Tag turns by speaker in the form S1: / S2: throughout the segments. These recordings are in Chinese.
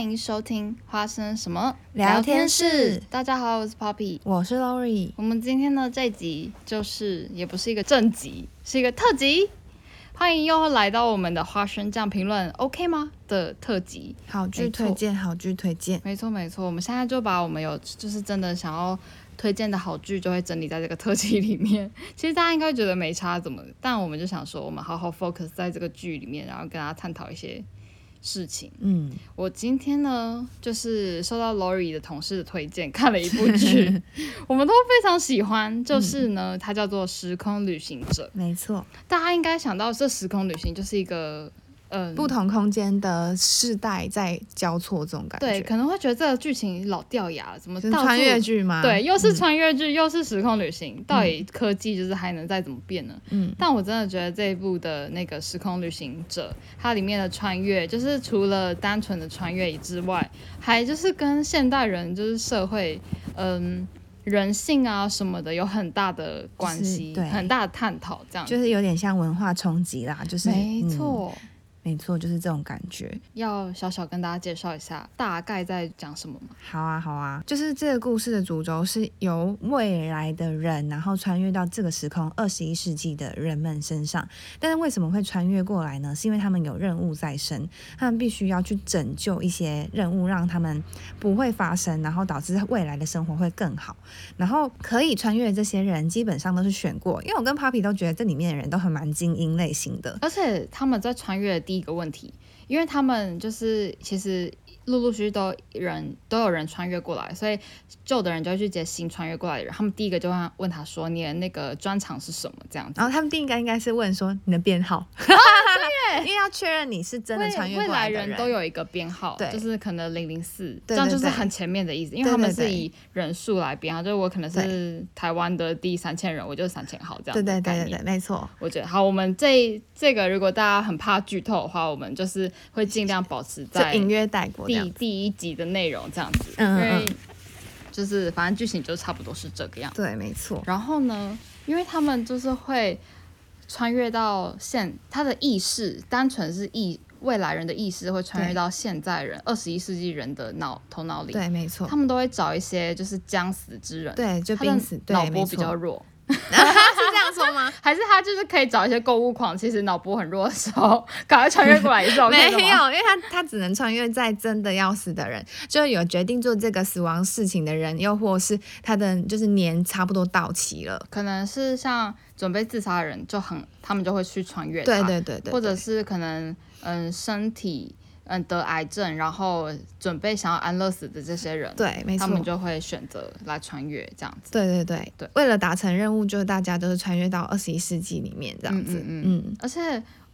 S1: 迎收听花生什么
S2: 聊天室
S1: 大家好，我是 Poppy。
S2: 我是 Lori，
S1: 我们今天的这集就是也不是一个正集，是一个特辑。欢迎又来到我们的花生酱评论，OK 吗的特辑。
S2: 好剧
S1: 没错
S2: 推荐，好剧推荐。
S1: 没错没错，我们现在就把我们有就是真的想要推荐的好剧，就会整理在这个特辑里面。 其实大家应该觉得没差怎么，但我们就想说，我们好好 focus 在这个剧里面，然后跟大家探讨一些事情。
S2: 嗯，
S1: 我今天呢，就是受到 Lori 的同事的推荐，看了一部 剧，我们都非常喜欢。就是呢，它叫做《时空旅行者
S2: 没错，》，
S1: 大家应该想到这时空旅行就是一个，嗯、
S2: 不同空间的世代在交错，这种感觉。
S1: 对，可能会觉得这个剧情老掉牙了，怎么
S2: 就是
S1: 到处
S2: 穿越剧啊嗯吗？
S1: 对，又是穿越剧，又是时空旅行，到底科技就是还能再怎么变呢？
S2: 嗯，
S1: 但我真的觉得这一部的那个《时空旅行者》，它里面的穿越，就是除了单纯的穿越之外，还就是跟现代人就是社会，嗯，人性啊什么的有很大的关
S2: 就是
S1: 系，
S2: 对
S1: 很大的探讨，这样
S2: 就
S1: 子。
S2: 是有点像文化冲击啦，就是
S1: 没
S2: 嗯
S1: 错，
S2: 没错，就是这种感觉。
S1: 要小小跟大家介绍一下，大概在讲什么嘛？
S2: 好啊，好啊，就是这个故事的主轴是由未来的人，然后穿越到这个时空二十一世纪的人们身上。但是为什么会穿越过来呢？是因为他们有任务在身，他们必须要去拯救一些任务，让他们不会发生，然后导致未来的生活会更好。然后可以穿越的这些人，基本上都是选过，因为我跟 Papi 都觉得这里面的人都很蛮精英类型的。
S1: 而且他们在穿越的第一个问题，因为他们就是其实陆陆续续都人都有人穿越过来，所以旧的人就会去接新穿越过来的人。他们第一个就问他问他说：“你的那个专长是什么？”这样子
S2: 然。后他们第一个应该是问说你的编
S1: 哦
S2: 号， 因为要确认你是真的穿越
S1: 未
S2: 过
S1: 未
S2: 来
S1: 来
S2: 的
S1: 人都有一个编号，
S2: 对
S1: 就是可能零零四，这
S2: 对
S1: 样
S2: 对
S1: 就是
S2: 对
S1: 很前面的意思，因为
S2: 对
S1: 他们
S2: 对
S1: 是
S2: 对
S1: 以人数来编号，就是我可能是台湾的第三千人，我就是三千号这样子
S2: 对
S1: 的
S2: 对
S1: 概
S2: 对
S1: 念
S2: 对对，没错。
S1: 我觉得好，我们这这个如果大家很怕剧透的话，我们就是会尽量保持
S2: 就
S1: 在
S2: 隐约带过这
S1: 第
S2: 样。
S1: 第一集的内容这样子，
S2: 嗯嗯
S1: 因为
S2: 嗯
S1: 就是反正剧情就差不多是这个样子。
S2: 对，没错。
S1: 然后呢，因为他们就是会穿越到现，他的意识单纯是意未来人的意识会穿越
S2: 对
S1: 到现在人二十一世纪人的脑头脑里，
S2: 对，没错
S1: 他。们都会找一些就是将死之人，
S2: 对，就
S1: 他的
S2: 濒死，对，
S1: 脑
S2: 没
S1: 波比
S2: 错。
S1: 较弱，
S2: 是这样说吗？
S1: 还是他就是可以找一些购物狂，其实脑波很弱的时候， 赶快穿越过来也是 OK
S2: 没有，
S1: 的
S2: 因为
S1: 吗？
S2: 他他只能穿越在真的要死的人，就有决定做这个死亡事情的人，又或是他的就是年差不多到期了。
S1: 可能是像准备自杀的人就很，他们就会去穿越
S2: 对
S1: 它
S2: 对对对，
S1: 或者
S2: 对
S1: 是可能嗯身体嗯得癌症，然后准备想要安乐死的这些人，
S2: 对，没
S1: 他
S2: 错。
S1: 们就会选择来穿越这样子。
S2: 对对对
S1: 对
S2: 为了达成任务，就是大家都是穿越到二十一世纪里面这样子。
S1: 嗯嗯
S2: 嗯
S1: 而且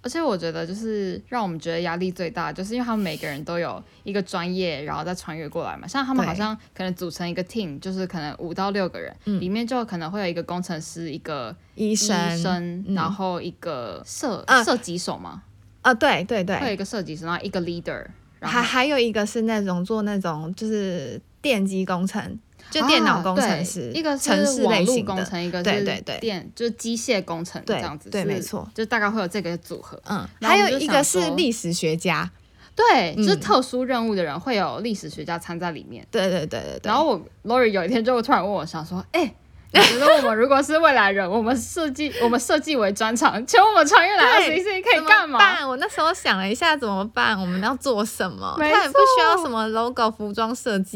S1: 而且我觉得就是让我们觉得压力最大，就是因为他们每个人都有一个专业，然后再穿越过来嘛。像他们
S2: 对嗯
S1: 好像可能组成一个 team，就是可能五到六个人，里面就可能会有一个工程师，一个
S2: 医
S1: 医
S2: 生，嗯
S1: 然后一个射、
S2: 啊
S1: 射击手嘛，
S2: 啊，对对
S1: 会有
S2: 对，
S1: 一个射击手，然后一个 leader，然后
S2: 还还有一个是那种做那种就是电机工程，就电脑工程师，
S1: 啊对一个
S2: 城市
S1: 是网
S2: 类
S1: 络
S2: 型
S1: 工
S2: 的，
S1: 程，一个是
S2: 对对对
S1: 电就是机械工程这
S2: 对
S1: 样子，
S2: 对
S1: 是
S2: 没错，
S1: 就大概会有这个组合。
S2: 嗯，
S1: 然后
S2: 还
S1: 我们
S2: 有
S1: 就
S2: 一
S1: 想
S2: 个是
S1: 说
S2: 历史学家，
S1: 对，就是
S2: 嗯
S1: 特殊任务的人会有历史学家参在里面。
S2: 对对对对对，
S1: 然后我 Lori 有一天就突然问我，想说，哎、你觉得我们如果是未来人，我们设计我们设计为专长，请问我们穿越来二十
S2: 对
S1: 一世纪可以
S2: 怎么
S1: 干嘛？
S2: 办？我那时候想了一下怎么办，我们要做什么？
S1: 没
S2: 他也不需要
S1: 错
S2: 什么 logo 服装设 计，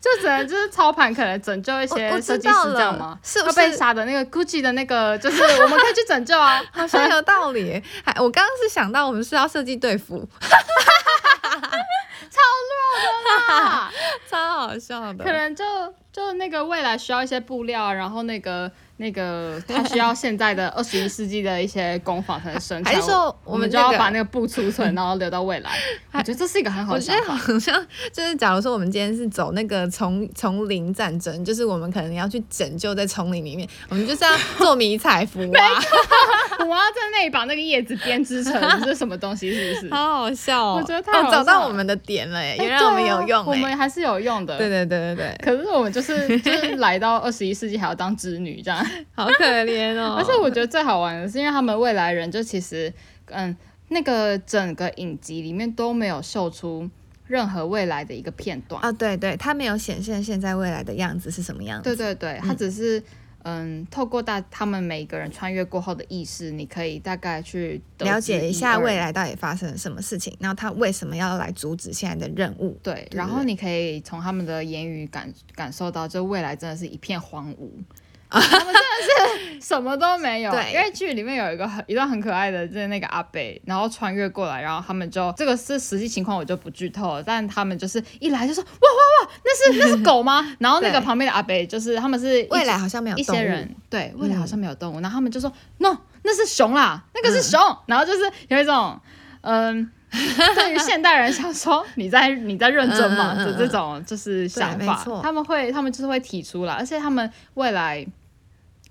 S1: 就只能就是操盘，可能拯救一些
S2: 我我知
S1: 设计师
S2: 道
S1: 这样
S2: 了
S1: 吗？
S2: 是不
S1: 会被
S2: 是
S1: 杀的那个 Gucci 的那个，就是我们可以去拯救啊。
S2: 好像有道理耶。还我刚刚是想到我们是要设计队服，
S1: 啊
S2: 超好笑
S1: 可
S2: 的。
S1: 能就就那个未来需要一些布料啊，然后那个那个它需要现在 的二十一世纪的一些工坊才能生产。
S2: 还是说
S1: 我
S2: 我
S1: 们
S2: 们
S1: 就
S2: 那
S1: 要
S2: 个
S1: 把那个布储 存，然后留到未来？我觉得这是一个很好
S2: 我
S1: 的
S2: 觉
S1: 想
S2: 得
S1: 法。
S2: 好像就是，假如说我们今天是走那个丛丛林战争，就是我们可能要去拯救在丛林里面，我们就是要做迷彩服 啊，
S1: 我要在那里把那个叶子编织成这什么东西，是不是？
S2: 好好笑哦！
S1: 我觉得太好笑了
S2: 哦找到我们的点了耶，
S1: 哎
S2: 原来我们
S1: 对啊
S2: 有用
S1: 我
S2: 哎、
S1: 们还是有用的。
S2: 对对对对 对，
S1: 可是我们就是就是来到二十一世纪还要当织女这样。
S2: 好可怜哦！
S1: 而且我觉得最好玩的是，因为他们未来人就其实，嗯，那个整个影集里面都没有秀出任何未来的一个片段。
S2: 啊，对对，它没有显现现在未来的样子是什么样子。
S1: 对对对，它只是嗯透过大他们每个人穿越过后的意识，你可以大概去得
S2: 了
S1: 知
S2: 解一
S1: 一
S2: 下
S1: 二
S2: 未。来到底发生了什么事情，然后他为什么要来阻止现在的任务？
S1: 对，
S2: 对
S1: 然
S2: 对
S1: 后你可以从他们的言语感感受到，这未来真的是一片荒 芜，他们真的是什么都没有。
S2: 对
S1: 因为剧里面有一个很一段很可爱的，就是那个阿北，然后穿越过来，然后他们就这个是实际情况，我就不剧透了。但他们就是一来就说哇哇哇，那是那是狗吗？ 然后那个
S2: 对
S1: 旁边的阿北就是他们是一
S2: 未来好像没有
S1: 一
S2: 动
S1: 些
S2: 物嗯
S1: 人对未来好像没有动物，然后他们就说 no，那是熊啦，那个是熊，然后就是有一种嗯。 对于现代人想说你在你在认真吗
S2: 嗯嗯嗯
S1: 的这种就是想
S2: 对没
S1: 法
S2: 错，
S1: 他们会他们就是会提出来，而且他们未来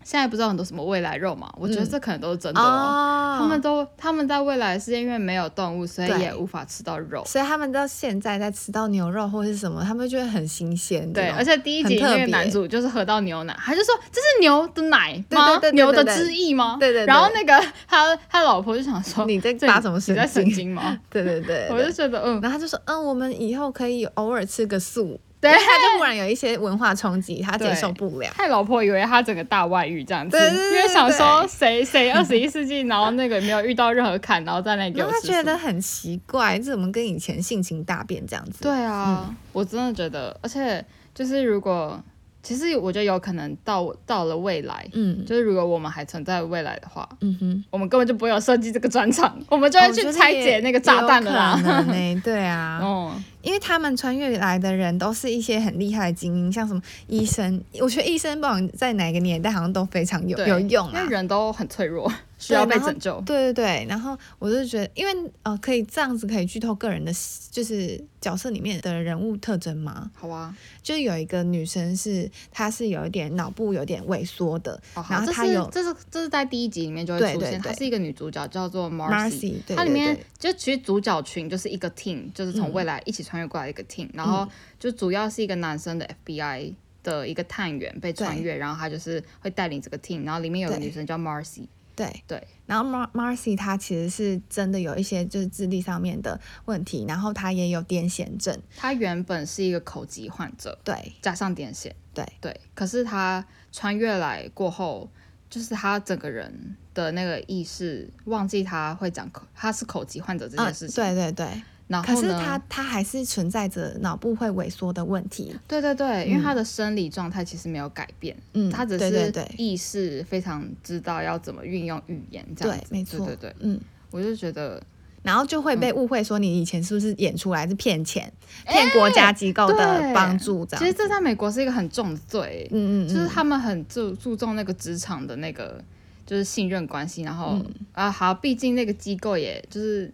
S1: 现在不是有很多什么未来肉嘛，我觉得
S2: 嗯
S1: 这可能都是真的哦。
S2: 哦，
S1: 他们都他们在未来的世界因为没有动物，所以
S2: 对
S1: 也无法吃到肉。
S2: 所以他们到现在在吃到牛肉或是什么，他们就会很新鲜。
S1: 对，
S2: 这种
S1: 而且第一集
S2: 很特
S1: 那
S2: 别
S1: 个男主就是喝到牛奶，他就说这是牛的奶
S2: 对
S1: 吗？
S2: 对对对
S1: 牛
S2: 对
S1: 的
S2: 对
S1: 汁液吗？
S2: 对对对
S1: 然后那个他他老婆就想说
S2: 你在
S1: 这
S2: 发什么
S1: 你
S2: 神
S1: 在
S2: 经
S1: 神？经吗？
S2: 对对对，
S1: 我就
S2: 对
S1: 觉得嗯，
S2: 然后他就说，嗯，我们以后可以偶尔吃个素。
S1: 对
S2: 因为他就忽然有一些文化冲击，他接
S1: 对
S2: 受不了。
S1: 害老婆以为他整个大外遇这样子，
S2: 对对对
S1: 因为想
S2: 对
S1: 说谁谁二十一世纪，然后那个没有遇到任何坎，然后在那里给
S2: 然
S1: 我
S2: 后他
S1: 吃
S2: 觉
S1: 素
S2: 得很奇怪，这怎么跟以前性情大变这样子？
S1: 对啊，
S2: 嗯
S1: 我真的觉得，而且就是如果其实我觉得有可能到到了未来，
S2: 嗯
S1: 就是如果我们还存在未来的话，
S2: 嗯哼，
S1: 我们根本就不会有设计这个专场，我们就会
S2: 哦
S1: 去拆解那个炸弹了
S2: 我觉得也也有可
S1: 啦。
S2: 能 欸对啊，
S1: 嗯，
S2: 因为他们穿越来的人都是一些很厉害的精英，像什么医生，我觉得医生不管在哪个年代好像都非常有
S1: 对
S2: 有用
S1: 因
S2: 啊
S1: 为。人都很脆弱，需要被拯救。
S2: 对对对，然后我就觉得，因为呃，可以这样子可以剧透个人的，就是角色里面的人物特征吗？
S1: 好啊，
S2: 就是有一个女生是，她是有一点脑部有点萎缩的，
S1: 好哦好
S2: 然后
S1: 这
S2: 她
S1: 是
S2: 有
S1: 这是这是在第一集里面就会
S2: 对
S1: 出
S2: 对
S1: 现，
S2: 对
S1: 她是一个女主角，叫做 Marcy。
S2: Marcy，对
S1: 它里面
S2: 对对
S1: 就其实主角群就是一个 team，就是从未来一起穿越过来的一个
S2: 嗯
S1: team，、然后就主要是一个男生的 FBI 的一个探员被穿越，然后他就是会带领这个 team，然后里面有个
S2: 对
S1: 女生叫 Marcy，
S2: 对
S1: 对。
S2: 然后 Mar Marcy 她其实是真的有一些就是智力上面的问题，然后她也有癫痫症，
S1: 她原本是一个口疾患者，
S2: 对
S1: 加上癫痫，
S2: 对
S1: 对，可是他穿越来过后，就是他整个人的那个意识忘记他会讲口，他是口疾患者这
S2: 嗯，
S1: 件事情。
S2: 对对对。
S1: 然后
S2: 可
S1: 呢？
S2: 是它它还是存在着脑部会萎缩的问题，
S1: 对对对，因为他的生理状态其实没有改变，
S2: 嗯，
S1: 他只
S2: 对对
S1: 是
S2: 对
S1: 意识非常知道要怎么运用语言这样
S2: 对
S1: 子。，
S2: 没错，
S1: 对对对，
S2: 嗯，
S1: 我就觉得
S2: 然后就会
S1: 嗯
S2: 被误会说你以前是不是演出来是骗钱，骗国家机构的
S1: 哎对
S2: 帮助这样
S1: 其
S2: 子，
S1: 实这在美国是一个很重的罪，
S2: 嗯嗯嗯，
S1: 就是他们很注注重那个职场的那个就是信任关系，然后、
S2: 嗯
S1: 啊好，毕竟那个机构也就是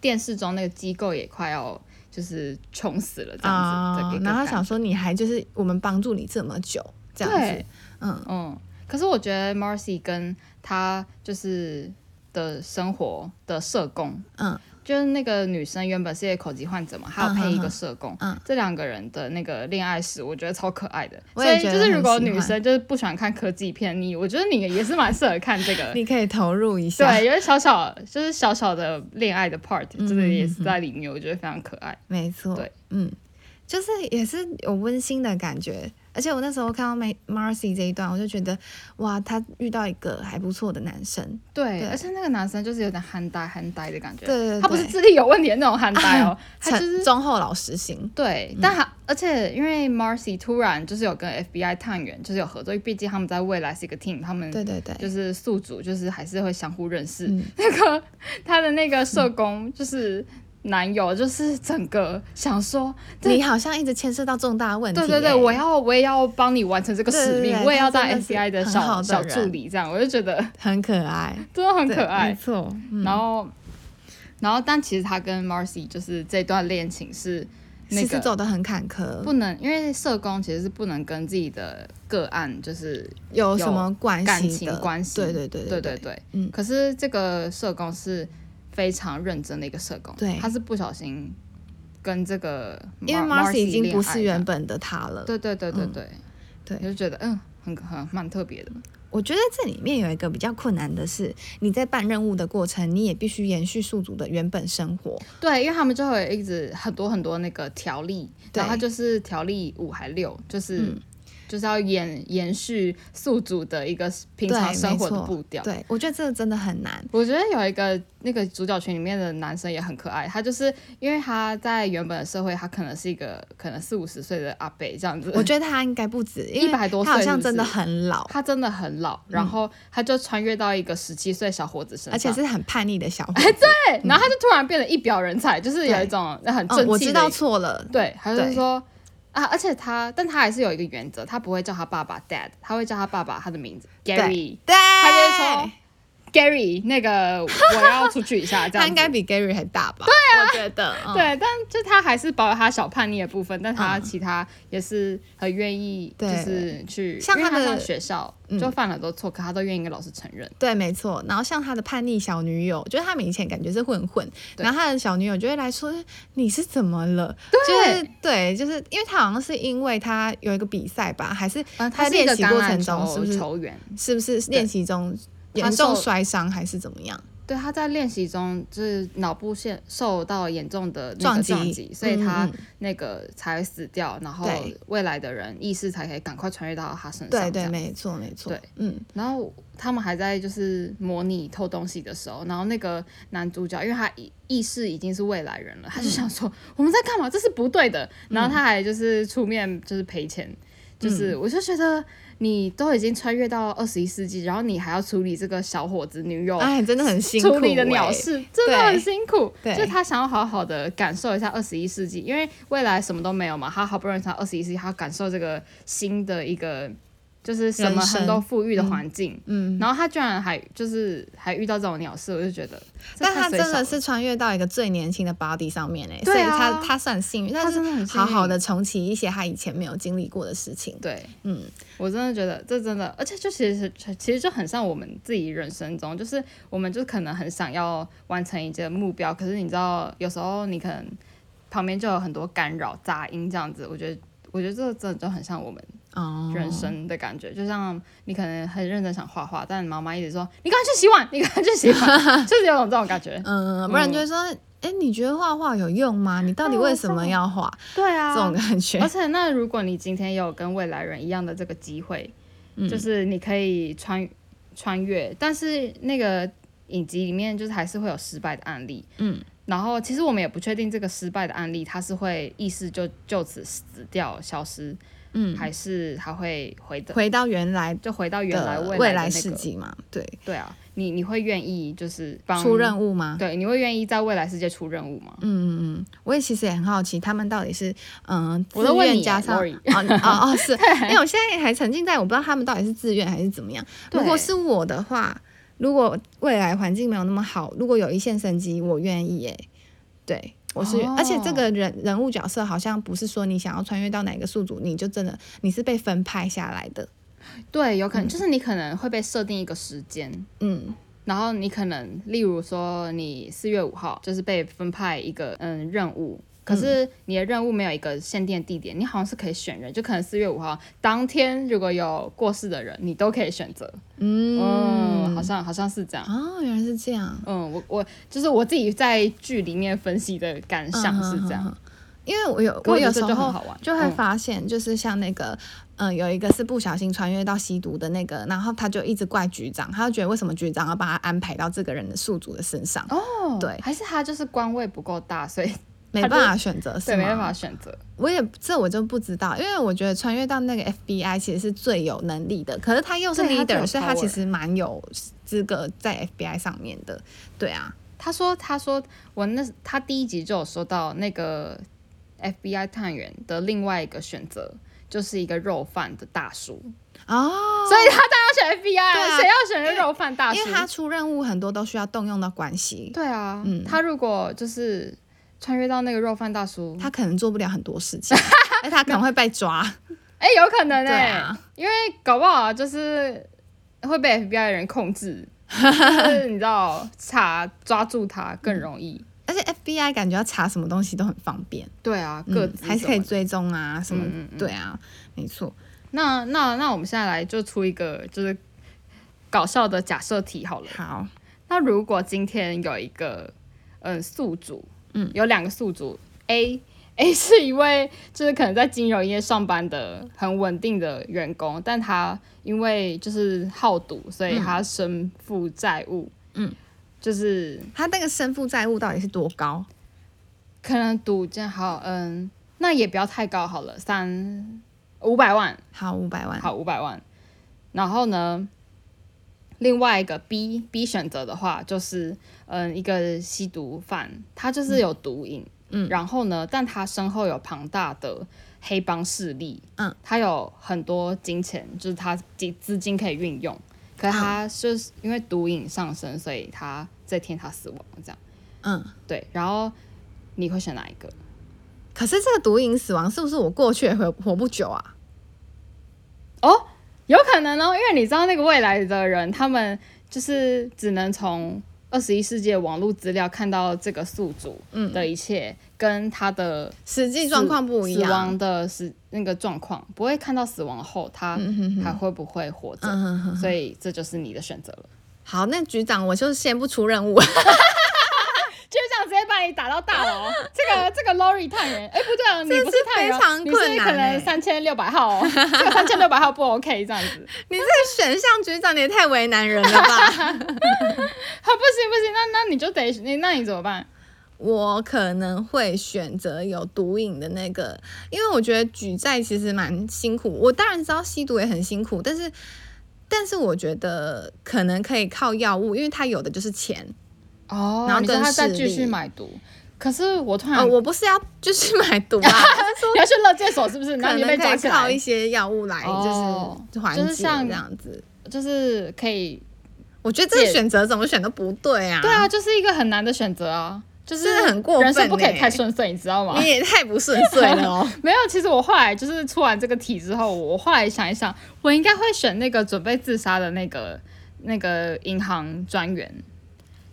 S1: 电视中那个机构也快要就是穷死了这样子的
S2: 啊
S1: 一个感觉、
S2: 然后想说你还就是我们帮助你这么久这样子
S1: 对，，
S2: 嗯
S1: 嗯，可是我觉得 Marcy 跟她就是的生活的社工，
S2: 嗯，
S1: 就是那个女生原本是一个口疾患者嘛，还有
S2: 嗯
S1: 配一
S2: 嗯嗯
S1: 个社工，
S2: 嗯
S1: 这两个人的那个恋爱史，我觉得超可爱的。
S2: 我
S1: 所
S2: 也
S1: 以
S2: 觉
S1: 就
S2: 得
S1: 是如果
S2: 很喜
S1: 女
S2: 欢
S1: 生就是不喜欢看科技片，你我觉得你也是蛮适合看这个
S2: 。你啊可以投入一下，
S1: 对，有小小就是小小的恋爱的 part，
S2: 嗯
S1: 真的也是在里面，我觉得非常可爱。
S2: 没错，
S1: 对，
S2: 嗯，就是也是有温馨的感觉。而且我那时候看到 May- Marcy 这一段，我就觉得哇，她遇到一个还不错的男生，
S1: 对，
S2: 对
S1: 而且那个男生就是有点憨呆憨呆的感觉，
S2: 对对对，啊
S1: 他不是智力有问题的那种憨 呆哦，他
S2: 成
S1: 就是
S2: 忠厚老实型，
S1: 对，但他、而且因为 Marcy 突然就是有跟 FBI 探员就是有合作，因为毕竟他们在未来是一个 team，他们
S2: 对对对，
S1: 就是宿主就是还是会相互认识。
S2: 嗯
S1: 那个他的那个社工就是男友，就是整个想说，对
S2: 你好像一直牵涉到重大问题
S1: 对
S2: 耶，
S1: 对对，我要我也要帮你完成这个
S2: 对对
S1: 使
S2: 对
S1: 命，
S2: 他
S1: 我也要当
S2: 真的是
S1: FBI 的
S2: 很
S1: 小
S2: 好的
S1: 小
S2: 人
S1: 助理这样，我就觉得
S2: 很可爱，
S1: 真的很
S2: 对嗯
S1: 可爱
S2: 没。错，
S1: 然后，然后但其实他跟 Marcy 就是这段恋情是那
S2: 其实
S1: 个
S2: 走的很坎坷，
S1: 不能，因为社工其实是不能跟自己的个案就是有
S2: 有什么关系的
S1: 感情关系
S2: 对对对
S1: 对
S2: 对
S1: 对，对，
S2: 嗯
S1: 可是这个社工是非常认真的一个社工，
S2: 对
S1: 他是不小心跟这个 Mar-
S2: 因为
S1: Marcy
S2: 已经
S1: 恋
S2: 不
S1: 爱
S2: 是
S1: 的
S2: 原本的她了，
S1: 对对对对
S2: 嗯
S1: 对
S2: 对
S1: 我就觉得嗯，很很蛮特别的，
S2: 我觉得这里面有一个比较困难的是，你在办任务的过程，你也必须延续宿主的原本生活。
S1: 对，因为他们就会有一直很多很多那个条例，
S2: 对
S1: 然后就是条例五还六，就是、
S2: 嗯
S1: 就是要延延续宿主的一个平常
S2: 对
S1: 生活
S2: 没
S1: 的
S2: 错
S1: 步调。
S2: 对，我觉得这个真的很难。
S1: 我觉得有一个那个主角群里面的男生也很可爱，他就是因为他在原本的社会，他可能是一个可能四五十岁的阿伯这样子，
S2: 我觉得他应该不止，因为
S1: 100多
S2: 他好
S1: 岁
S2: 像
S1: 是不
S2: 真的
S1: 是
S2: 很老，
S1: 他真的很老，然后他就穿越到一个十七岁小伙子身上，
S2: 嗯而且是很叛逆的小 伙子。
S1: 对，然后他就突然变得一表人才，就是有一种很正气、
S2: 嗯，我知道，错了。
S1: 对，他就
S2: 对
S1: 是说啊，而且他，但他还是有一个原则，他不会叫他爸爸 dad，他会叫他爸爸他的名字 Gary，
S2: 对，
S1: 他就会说 Gary，那个我要出去一下，这样
S2: 他
S1: 子
S2: 应该比 Gary 还大吧？对啊，我觉得。嗯
S1: 对，但就他还是保有他小叛逆的部分，但他其他也是很愿意，就
S2: 对
S1: 是去，
S2: 像
S1: 因为
S2: 他
S1: 他
S2: 的嗯
S1: 上学校就犯了很多错，可他都愿意跟老师承认。
S2: 对，没错。然后像他的叛逆小女友，就是他们以前感觉是混混，
S1: 对
S2: 然后他的小女友就会来说你是怎么了？
S1: 对
S2: 就是对，就是因为他好像是因为他有一个比赛吧，还是
S1: 呃，
S2: 啊他
S1: 是一
S2: 练
S1: 个
S2: 习
S1: 橄
S2: 过
S1: 榄
S2: 程中
S1: 球
S2: 是不是
S1: 球员？
S2: 是不是练习中
S1: 他
S2: 严重
S1: 受
S2: 摔伤还是怎么样？
S1: 对，他在练习中就是脑部现受到严重的那
S2: 撞
S1: 个
S2: 击
S1: 撞击，所以他
S2: 嗯嗯
S1: 那个才会死掉，然后
S2: 对
S1: 未来的人意识才可以赶快穿越到他身上。
S2: 对
S1: 这
S2: 对，
S1: 样
S2: 没错没错。
S1: 对，
S2: 嗯，
S1: 然后他们还在就是模拟偷东西的时候，然后那个男主角，因为他意意识已经是未来人了，他就想说、我们在干嘛？这是不对的。然后他还就是出面就是赔钱，就是我就觉得你都已经穿越到二十一世纪，然后你还要处理这个小伙子女友。
S2: 哎，真的很辛苦、
S1: 处理的鸟
S2: 哎
S1: 事真的很辛苦，
S2: 对
S1: 就他想要好好的感受一下二十一世纪，因为未来什么都没有嘛，他好不容易才二十一世纪，他要感受这个新的一个就是什么
S2: 人生
S1: 很多富裕的环境，
S2: 嗯，
S1: 然后他居然还就是还遇到这种鸟事，我就觉得，这
S2: 但
S1: 太
S2: 他
S1: 水
S2: 真
S1: 手
S2: 的
S1: 了
S2: 是穿越到一个最年轻的 body 上面哎、所
S1: 对
S2: 以
S1: 啊
S2: 他他算幸运，
S1: 他
S2: 但是
S1: 真的很幸
S2: 好
S1: 运
S2: 好的重启一些他以前没有经历过的事情。
S1: 对
S2: 嗯，
S1: 我真的觉得这真的，而且就其实其实就很像我们自己人生中，就是我们就可能很想要完成一件目标，可是你知道有时候你可能旁边就有很多干扰杂音这样子，我觉得。我觉得这真的就很像我们
S2: 哦，
S1: 人生的感觉就像你可能很认真想画画，但妈妈一直说你赶快去洗碗，你赶快去洗碗，就是有种这种感觉。
S2: 嗯，不然就会说，哎、你觉得画画有用吗？你到底为什
S1: 嗯
S2: 么要画？
S1: 对啊，
S2: 这种感觉
S1: 而。且，那如果你今天有跟未来人一样的这个机会，
S2: 嗯
S1: 就是你可以穿穿越，但是那个影集里面就是还是会有失败的案例，
S2: 嗯，
S1: 然后其实我们也不确定这个失败的案例，它是会意识就就此死掉消失，
S2: 嗯，
S1: 还是它会回的，
S2: 回到原来的
S1: 就回到原来未来的那个
S2: 未来世，纪嘛，对，
S1: 对啊，你你会愿意就是帮
S2: 出任务吗？
S1: 对，你会愿意在未来世界出任务吗？
S2: 嗯嗯嗯，我也其实也很好奇，他们到底是嗯，
S1: 我都问
S2: 自愿
S1: 你
S2: 加
S1: 耶
S2: 上
S1: ，Lori
S2: 哦 哦哦是，因为我现在还沉浸在我不知道他们到底是自愿还是怎么样。
S1: 对
S2: 如果是我的话，如果未来环境没有那么好，如果有一线生机，我愿意耶。对，我是愿，
S1: 哦
S2: 而且这个人人物角色好像不是说你想要穿越到哪个宿主，你就真的你是被分派下来的。
S1: 对，有可能、就是你可能会被设定一个时间，
S2: 嗯，
S1: 然后你可能，例如说你四月五号就是被分派一个嗯任务，可是你的任务没有一个限定地点，你好像是可以选人，就可能四月五号当天如果有过世的人，你都可以选择。
S2: 嗯
S1: 嗯，好像好像是这样。
S2: 哦，原来是这样。
S1: 嗯，我我就是我自己在剧里面分析的感想是这样。
S2: 嗯。嗯嗯嗯因为我有
S1: 可我觉
S2: 有
S1: 得这
S2: 时
S1: 就很
S2: 候
S1: 好玩
S2: 就会
S1: 嗯
S2: 发现，就是像那个，嗯、有一个是不小心穿越到吸毒的那个，然后他就一直怪局长，他就觉得为什么局长要把他安排到这个人的宿主的身上，
S1: 哦
S2: 对
S1: 还是他就是官位不够大，所以
S2: 没
S1: 他就
S2: 办法选择，是
S1: 对没办
S2: 吗？
S1: 法选择。
S2: 我也这我就不知道，因为我觉得穿越到那个 FBI 其实是最有能力的，可是他又是
S1: 对他最
S2: leader，
S1: 有
S2: 所以他
S1: power
S2: 其实蛮有资格在 FBI 上面的，对啊，
S1: 他说：“他说我那他第一集就有说到那个 FBI 探员的另外一个选择，就是一个肉贩的大叔，
S2: 哦，
S1: 所以他当然要选 FBI，
S2: 对啊
S1: 谁要选肉贩大叔？
S2: 因为他出任务很多都需要动用到关系，
S1: 对啊，
S2: 嗯
S1: 他如果就是穿越到那个肉贩大叔，
S2: 他可能做不了很多事情， 哎，他可能会被抓。
S1: 哎、有可能
S2: 对
S1: 哎、
S2: 啊
S1: 因为搞不好就是会被 FBI 的人控 制，就是你知道查抓住他更容易。
S2: 而且 FBI 感觉要查什么东西都很方便，
S1: 对啊，
S2: 嗯
S1: 各自、
S2: 还是可以追踪啊，什么、
S1: 嗯嗯嗯
S2: 对啊，没错，
S1: 那那那我们现在来就出一个就是搞笑的假设题好了。
S2: 好，
S1: 那如果今天有一个嗯宿主，
S2: 嗯，
S1: 有两个宿主 A。A 是一位就是可能在金融业上班的很稳定的员工，但他因为就是好赌，所以他身负债务，
S2: 嗯，
S1: 就是
S2: 他那个身负债务到底是多高？
S1: 可能赌这样好，嗯，那也不要太高好了，三五百万，
S2: 好，五百万。
S1: 好，五百万。然后呢，另外一个 B B 选择的话，就是嗯，一个吸毒犯，他就是有毒瘾，
S2: 嗯
S1: 然后呢，但他身后有庞大的黑帮势力，
S2: 嗯，
S1: 他有很多金钱，就是他资资金可以运用，可
S2: 嗯
S1: 是他就是因为毒瘾上升，所以他这天他死亡这样。
S2: 嗯，
S1: 对，然后你会选哪一个？
S2: 可是这个毒瘾死亡是不是我过去也活活不久啊？
S1: 哦，有可能哦，因为你知道那个未来的人，他们就是只能从二十一世纪的网络资料看到这个宿主的一切，跟他的
S2: 实际
S1: 死
S2: 嗯状况不一
S1: 死
S2: 样
S1: 亡。的死那个状况，不会看到死亡后他还会不会活着，
S2: 嗯哼哼，
S1: 所以这就是你的选择了。
S2: 好，那局长我就先不出任务。
S1: 就这样直接把你打到大楼，这个这个 Lori 探员，哎、不对啊，你不
S2: 是
S1: 探员
S2: 非
S1: 哦，
S2: 常
S1: 你是
S2: 困难
S1: 可能
S2: 欸
S1: 三千六百号哦，这个三千六百号不 OK 这样子。
S2: 你这个选项，局长你也太为难人了吧？
S1: 好，不行不行，那那你就得你那你怎么办？
S2: 我可能会选择有毒瘾的那个，因为我觉得举债其实蛮辛苦。我当然知道吸毒也很辛苦，但是但是我觉得可能可以靠药物，因为他有的就是钱。
S1: 哦，
S2: 然后
S1: 你说
S2: 跟
S1: 他再
S2: 视
S1: 继续
S2: 力
S1: 买毒，可是我突然、
S2: 呃，我不是要就是买毒啊，我是说
S1: 你要去乐戒所是 不是？然
S2: 可
S1: 后你
S2: 能
S1: 被
S2: 可
S1: 抓
S2: 以
S1: 起
S2: 靠
S1: 来
S2: 一，些药物来
S1: 哦
S2: 就是缓
S1: 就
S2: 解
S1: 是
S2: 这
S1: 像
S2: 样子。
S1: 就是可以，
S2: 我觉得这个
S1: 戒
S2: 选择怎么选都不对啊！
S1: 对，啊，就是一个很难的选择啊，就是
S2: 真的很过
S1: 人生
S2: 分
S1: 不可以
S2: 呢
S1: 太顺遂，你知道吗？
S2: 你也太不顺遂 了哦。
S1: 没有，其实我后来就是出完这个题之后，我后来想一想，我应该会选那个准备自杀的那个那个银行专员，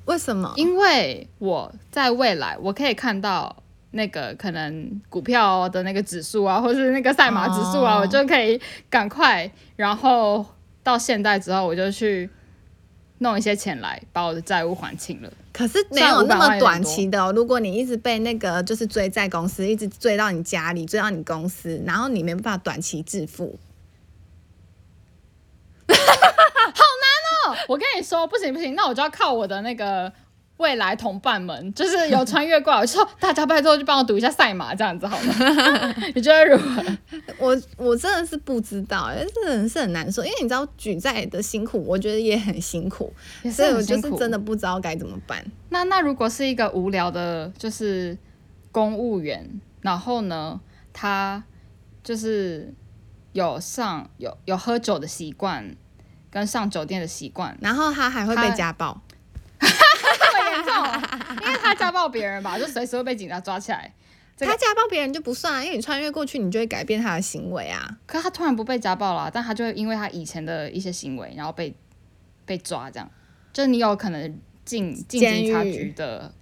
S2: 为什么？
S1: 因为我在未来我可以看到那个可能股票的那个指数啊，或是那个赛马指数啊，
S2: 哦
S1: 我就可以赶快，然后到现代之后我就去弄一些钱来把我的债务还清了。
S2: 可是没
S1: 虽然
S2: 有那
S1: 500万
S2: 么
S1: 有点
S2: 短期的哦。如果你一直被那个就是追债公司，一直追到你家里，追到你公司，然后你没办法短期致富，
S1: 哦，我跟你说，不行不行，那我就要靠我的那个。未来同伴们，就是有穿越过来，我就说大家拜托就帮我赌一下赛马，这样子好吗？ 你觉得如何？
S2: 我我真的是不知道，哎，这人是很难说，因为你知道举债的辛苦，我觉得也很辛苦，
S1: 也是
S2: 所以我
S1: 很
S2: 就
S1: 辛
S2: 是
S1: 苦
S2: 真的不知道该怎么办。，
S1: 那那如果是一个无聊的，就是公务员，然后呢，他就是有上有有喝酒的习惯，跟上酒店的习惯
S2: 然后他还会被
S1: 他
S2: 家暴，
S1: 这么严重啊，因为他家暴别人吧，就随时会被警察抓起来。这个
S2: 他家暴别人就不算啊，因为你穿越过去，你就会改变他的行为啊。
S1: 可是他突然不被家暴了啊、但他就会因为他以前的一些行为，然后被被抓，这样，就是你有可能进进
S2: 监
S1: 警察
S2: 狱
S1: 局的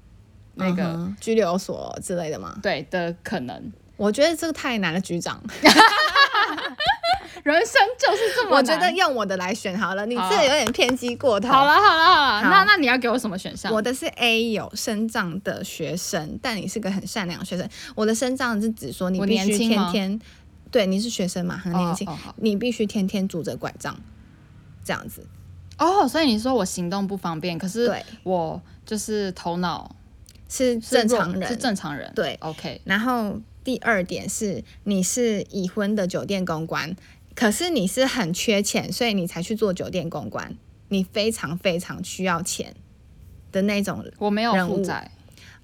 S1: 那个、
S2: 嗯哼拘留所之类的吗？
S1: 对的可能。
S2: 我觉得这个太难了，局长。
S1: 人生就是这么难，
S2: 我觉得用我的来选好了，你
S1: 好
S2: 这有点偏激过头。
S1: 好了，好了好了，
S2: 好
S1: 那那你要给我什么选项？
S2: 我的是 A 有生长的学生，但你是个很善良的学生。我的生长是指说你
S1: 我
S2: 必
S1: 年
S2: 须
S1: 轻
S2: 天
S1: 吗
S2: 天，对，你是学生嘛，很年轻，
S1: 哦哦好
S2: 你必须天天拄着拐杖，这样子。
S1: 哦，所以你说我行动不方便，可是
S2: 对，
S1: 我就是头脑
S2: 是
S1: 是弱
S2: 正常人。
S1: 是正常人，
S2: 对
S1: ，OK，
S2: 然后第二点是，你是已婚的酒店公关，可是你是很缺钱，所以你才去做酒店公关，你非常非常需要钱的那种
S1: 我没有
S2: 人
S1: 负
S2: 物
S1: 债，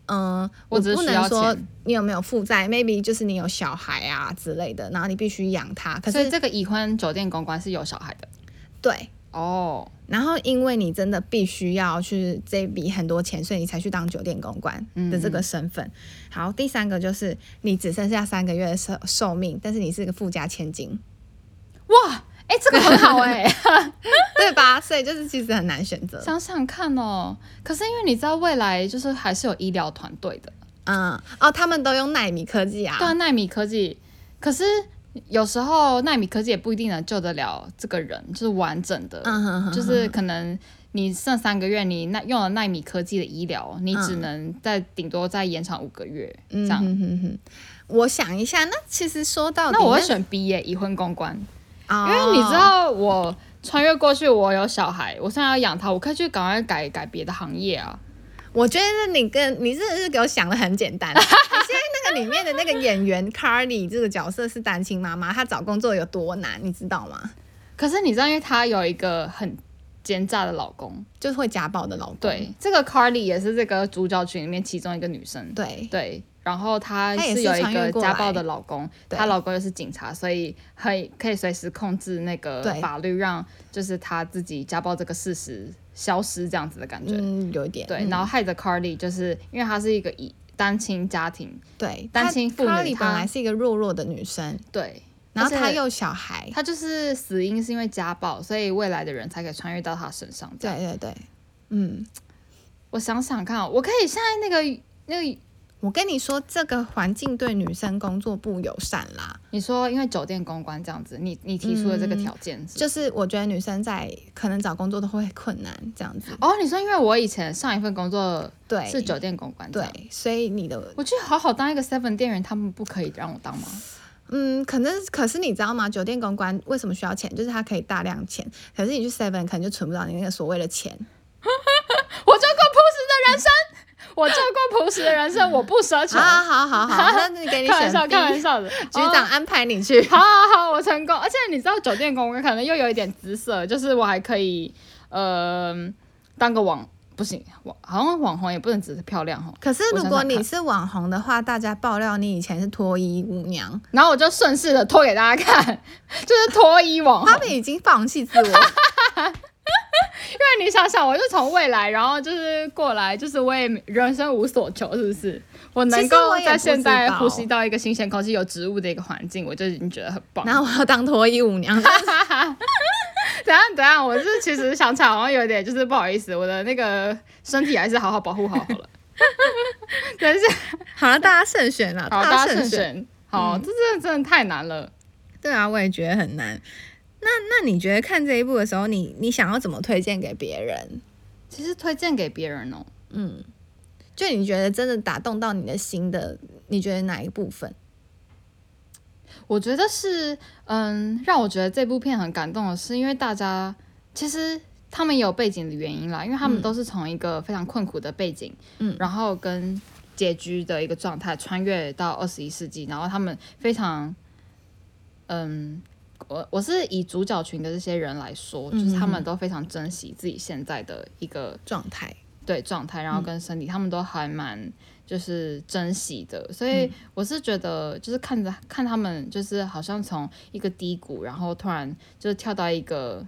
S2: 嗯，
S1: 我
S2: 我
S1: 只是
S2: 不
S1: 需要
S2: 能说
S1: 钱
S2: 你有没有负债，maybe 就是你有小孩啊之类的，然后你必须养他。可
S1: 所以
S2: 是
S1: 这个已婚酒店公关是有小孩的
S2: 对，
S1: 哦。
S2: 然后因为你真的必须要去这笔很多钱，所以你才去当酒店公关的这个身份。好，第三个就是你只剩下三个月的寿寿命，但是你是个富家千金，
S1: 哇，哎、这个很好哎、
S2: 对吧？ 所以就是其实很难选 择。
S1: 想想看哦。可是因为你知道未来就是还是有医疗团队的，
S2: 嗯，哦，他们都用纳米科技啊，
S1: 对啊，纳米科技。可是有时候纳米科技也不一定能救得了这个人，就是完整的，
S2: 嗯哼哼，
S1: 就是可能你剩三个月，你那用了纳米科技的医疗，你只能再顶多再延长五个月这
S2: 嗯
S1: 样。
S2: 哼哼哼，我想一下，那其实说到底
S1: 那我会，选 B 耶，已婚公关，
S2: 哦
S1: 因为你知道我穿越过去，我有小孩，我现在要养他，我可以去赶快改改别的行业啊。
S2: 我觉得你跟你真的是给我想的很简 单。你现在那个里面的那个演员 Carly 这个角色是单亲妈妈，她找工作有多难，你知道吗？
S1: 可是你知道，因为她有一个很奸诈的老公，
S2: 就是会家暴的老公。
S1: 对，这个 Carly 也是这个主角群里面其中一个女生，
S2: 对，
S1: 对，然后她
S2: 她也是
S1: 有
S2: 穿
S1: 一
S2: 越
S1: 个
S2: 过
S1: 家
S2: 来
S1: 暴的老公，
S2: 对
S1: 她老公又是警察，所以很可以随时控制那个
S2: 对
S1: 法律，让就是她自己家暴这个事实消失这样子的感觉。
S2: 嗯，有一点
S1: 对，
S2: 嗯
S1: 然后害着 Carly 就是因为她是一个以单亲家庭，
S2: 对，
S1: 单亲
S2: 她
S1: 妇女
S2: Carly 本
S1: 她
S2: 来是一个弱弱的女生，
S1: 对，
S2: 然后
S1: 而且
S2: 她又有小孩。
S1: 她就是死因是因为家暴，所以未来的人才可以穿越到她身上。
S2: 对，对对，嗯，
S1: 我想想看哦，我可以现在那个那个，
S2: 我跟你说，这个环境对女生工作不友善啦。
S1: 你说因为酒店公关这样子，你你提出的这
S2: 嗯
S1: 个条件是。
S2: 就是我觉得女生在可能找工作都会困难这样子。
S1: 哦，你说因为我以前上一份工作
S2: 对，
S1: 是酒店公关，这样，
S2: 对，所以你的
S1: 我去好好当一个 seven 店员，他们不可以让我当 吗？
S2: 嗯，可能可是你知道吗？酒店公关为什么需要钱？就是它可以大量钱，可是你去 Seven 可能就存不到你那个所谓的钱。
S1: 我就过朴实的人生，我就过朴实的人 生，我不奢求。
S2: 啊，好好好，那你给你
S1: 开玩
S2: 选
S1: 笑，开玩
S2: B，
S1: 笑的，
S2: 局长
S1: 哦。
S2: 安排你去。
S1: 好好好，我成功。而且你知道酒店公关可能又有一点姿色，就是我还可以，呃，当个网不行，网好像网红也不能只是漂亮哦。
S2: 可是
S1: 我
S2: 如
S1: 想
S2: 果
S1: 想
S2: 你
S1: 看
S2: 是网红的话，大家爆料你以前是脱衣舞娘，
S1: 然后我就顺势的脱给大家看， 就是脱衣网红
S2: 他。们已经放弃 自我。
S1: 因为你想想，我就从未来，然后就是过来，就是我也人生无所求，是不是？我能
S2: 其实
S1: 够
S2: 我也不
S1: 在现代
S2: 知道
S1: 呼吸到一个新鲜空气、有植物的一个环境，我就已经觉得很棒。
S2: 然后我要当脱衣舞娘， 但是
S1: 等一下等一下，我是其实想起来好像有点就是不好意思，我的那个身体还是好好保护好 好了。等一下，
S2: 好了，大家慎选啦，
S1: 好，大家
S2: 慎
S1: 慎。选。嗯好，这真的真的太难了。
S2: 对啊，我也觉得很难。那那你觉得看这一部的时候，你你想要怎么推荐给别人？
S1: 其实推荐给别人哦，
S2: 就你觉得真的打动到你的心的，你觉得哪一部分？
S1: 我觉得是，嗯，让我觉得这部片很感动的是，因为大家其实他们也有背景的原因啦，因为他们都是从一个非常困苦的背景，
S2: 嗯
S1: 然后跟拮据的一个状态穿越到二十一世纪，然后他们非常，嗯。我我是以主角群的这些人来说，就是他们都非常珍惜自己现在的一个
S2: 状态。
S1: 对状态，
S2: 嗯
S1: 然后跟身体，他们都还蛮就是珍惜的，所
S2: 嗯
S1: 以我是觉得就是看着看他们，就是好像从一个低谷，然后突然就是跳到一个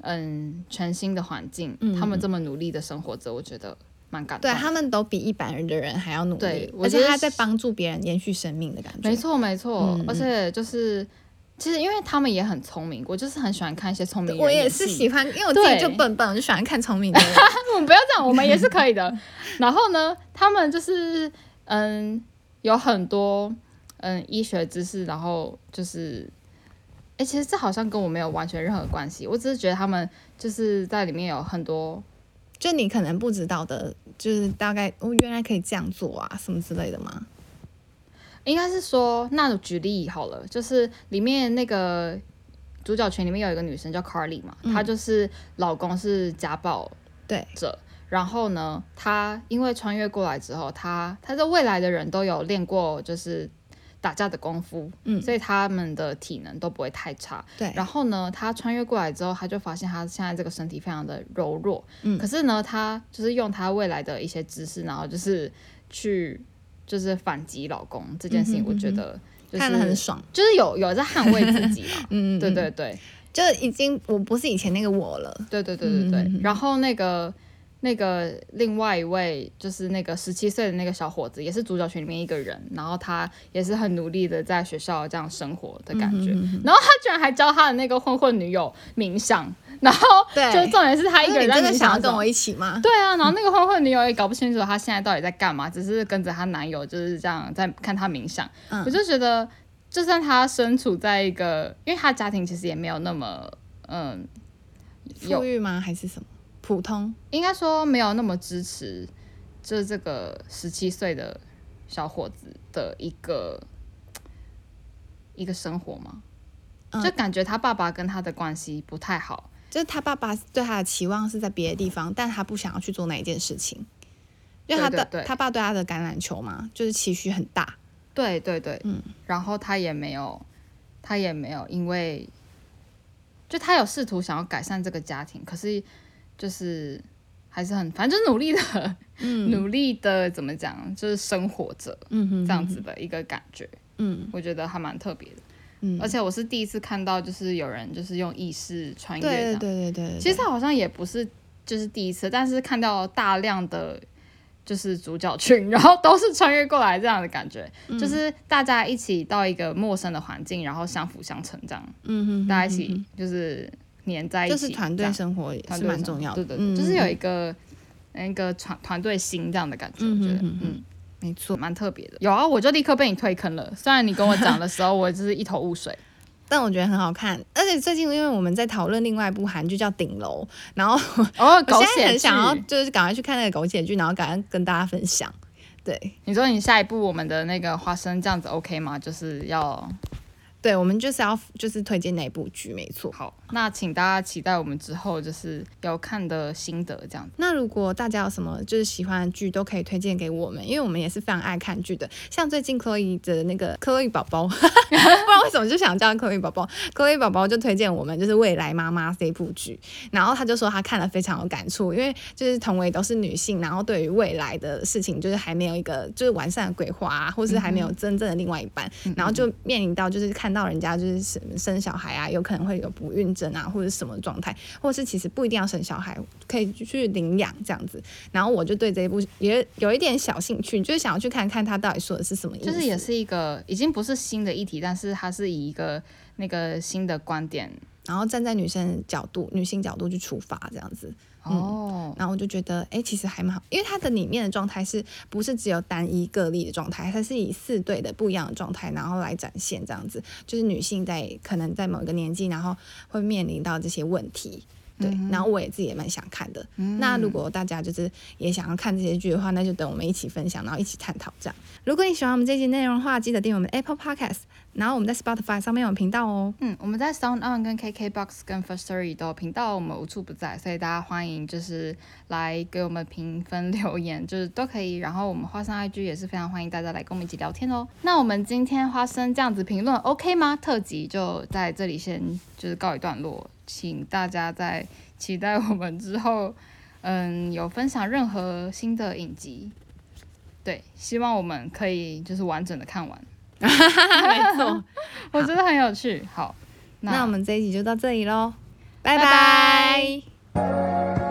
S1: 嗯全新的环境，他们这么努力的生活着，我觉得蛮感动
S2: 嗯对啊
S1: 的。
S2: 他们都比一般人的人还要努力
S1: 对，我
S2: 而
S1: 觉
S2: 且
S1: 得
S2: 他在帮助别人延续生命的感觉。
S1: 没错没错，
S2: 嗯
S1: 而且就是其实因为他们也很聪明，我就是很喜欢看一些聪明人
S2: 我也
S1: 演
S2: 是
S1: 戏
S2: 喜欢，因为我自己
S1: 对
S2: 就笨笨，我就喜欢看聪明的 人。
S1: 我们不要这样，我们也是可以的。然后呢，他们就是嗯，有很多嗯医学知识，然后就是，哎、其实这好像跟我没有完全任何关系，我只是觉得他们就是在里面有很多，
S2: 就你可能不知道的，就是大概哦，原来可以这样做啊，什么之类的吗？
S1: 应该是说，那举例好了，就是里面那个。主角群里面有一个女生叫 Carly 嘛，她就是老公是家暴
S2: 嗯对，
S1: 者。然后呢，他因为穿越过来之后，他他在未来的人都有练过就是打架的功夫，
S2: 嗯
S1: 所以他们的体能都不会太差。
S2: 对，
S1: 然后呢，他穿越过来之后，他就发现他现在这个身体非常的柔弱，
S2: 嗯
S1: 可是呢，他就是用他未来的一些知识，然后就是去就是反击老公这件事情，
S2: 嗯哼
S1: 我觉得就是
S2: 看了很爽。，
S1: 就是有有在捍卫自己啦
S2: 嗯，
S1: 对
S2: 嗯，
S1: 对对，
S2: 就已经我不是以前那个我了。
S1: 对对对对对。
S2: 嗯
S1: 然后那个那个另外一位就是那个十七岁的那个小伙子，也是主角群里面一个人，然后他也是很努力的在学校这样生活的感
S2: 嗯
S1: 觉。然后他居然还教他的那个混混女友冥想，然后
S2: 对
S1: 就重点是他一
S2: 那
S1: 个人
S2: 你
S1: 在
S2: 真
S1: 冥
S2: 的想
S1: 想
S2: 要
S1: 的时
S2: 跟
S1: 候
S2: 我一起吗？
S1: 对啊，然后那个混混女友也搞不清楚她现在到底在干嘛，只是跟着她男友就是这样在看她冥想。
S2: 嗯
S1: 我就觉得就算他身处在一个，因为他家庭其实也没有那么，嗯，
S2: 富裕吗？还是什么？普通？
S1: 应该说没有那么支持，就是这个十七岁的小伙子的一个一个生活嘛，
S2: 嗯
S1: 就感觉他爸爸跟他的关系不太好。
S2: 就是他爸爸对他的期望是在别的地方，但他不想要去做那一件事情，因为他的
S1: 对对对
S2: 他爸对他的橄榄球嘛，就是期许很大。
S1: 对对对，
S2: 嗯，
S1: 然后他也没有，他也没有，因为就他有试图想要改善这个家庭，可是就是还是很，反正就是努力的， 努力的怎么讲，就是生活着
S2: 嗯哼，
S1: 这样子的一个感觉，
S2: 嗯
S1: 我觉得还蛮特别的。
S2: 嗯，
S1: 而且我是第一次看到，就是有人就是用意识穿越这
S2: 对对
S1: 样。
S2: 对对对，
S1: 其实他好像也不是就是第一次，但是看到大量的就是主角群，然后都是穿越过来这样的感觉，
S2: 嗯
S1: 就是大家一起到一个陌生的环境，然后相辅相成这样，
S2: 嗯哼，
S1: 大家一起就是黏在一起
S2: 就
S1: 这
S2: 是
S1: 样，
S2: 团队生活也
S1: 团
S2: 是
S1: 队
S2: 蛮
S1: 上
S2: 重要的，
S1: 对对
S2: 嗯
S1: 对，就是有一个那个团团队心这样的感觉，我觉得
S2: 嗯哼哼
S1: 嗯。
S2: 没错。
S1: 蛮特别的，有啊，我就立刻被你推坑了。虽然你跟我讲的时候，我就是一头雾水。
S2: 但我觉得很好看，而且最近因为我们在讨论另外一部韩剧叫《顶楼》，然后
S1: 哦，
S2: 我
S1: 狗
S2: 现在
S1: 血
S2: 很想要
S1: 剧
S2: 就是赶快去看那个狗血剧，然后赶快跟大家分享。对
S1: 你说你下一步我们的那个花生这样子 OK 吗？就是要
S2: 对，我们就是要就是推荐那一部剧，没错。
S1: 好，那请大家期待我们之后就是有看的心得这样子。
S2: 那如果大家有什么就是喜欢的剧，都可以推荐给我们，因为我们也是非常爱看剧的。像最近 Chloe 的那个 Chloe 宝宝，不然为什么就想叫 Chloe 宝宝？Chloe 宝宝就推荐我们就是《未来妈妈》这部剧，然后他就说他看了非常有感触，因为就是同为都是女性，然后对于未来的事情就是还没有一个就是完善的规划、啊，或是还
S1: 嗯
S2: 没有真正的另外一半，然后就面临到就是看到人家就是生生小孩啊，有可能会有不孕症啊，或者什么状态，或是其实不一定要生小孩，可以去领养这样子。然后我就对这一部也有一点小兴趣，就是想要去看看他到底说的是什么意思。
S1: 就是也是一个已经不是新的议题，但是它是以一个那个新的观点
S2: 然后站在女生的角度、女性角度去出发这样子。
S1: 哦，
S2: 然后我就觉得，哎、其实还蛮好，因为它的里面的状态是不是只有单一个例的状态，它是以四对的不一样的状态，然后来展现这样子，就是女性在可能在某一个年纪，然后会面临到这些问题。对，然后我也自己也蛮想看的。那如果大家就是也想要看这些剧的话，那就等我们一起分享，然后一起探讨这样。如果你喜欢我们这集内容的话，记得订阅我们的 Apple Podcast，然后我们在 Spotify 上面有频道哦。
S1: 嗯，我们在 Sound On 跟 KKBox 跟 First Story 都有频道，我们无处不在，所以大家欢迎就是来给我们评分 留言，就是都可以。然后我们花生 IG 也是非常欢迎大家来跟我们一起聊天哦。那我们今天花生这样子评论 OK 吗？特辑就在这里先就是告一段落，请大家再期待我们之后，嗯，有分享任何新的影集。对，希望我们可以就是完整的看完，
S2: 没错，
S1: 我觉得很有趣。好，
S2: 那我们这一集就到这里喽，拜
S1: 拜
S2: 拜
S1: 拜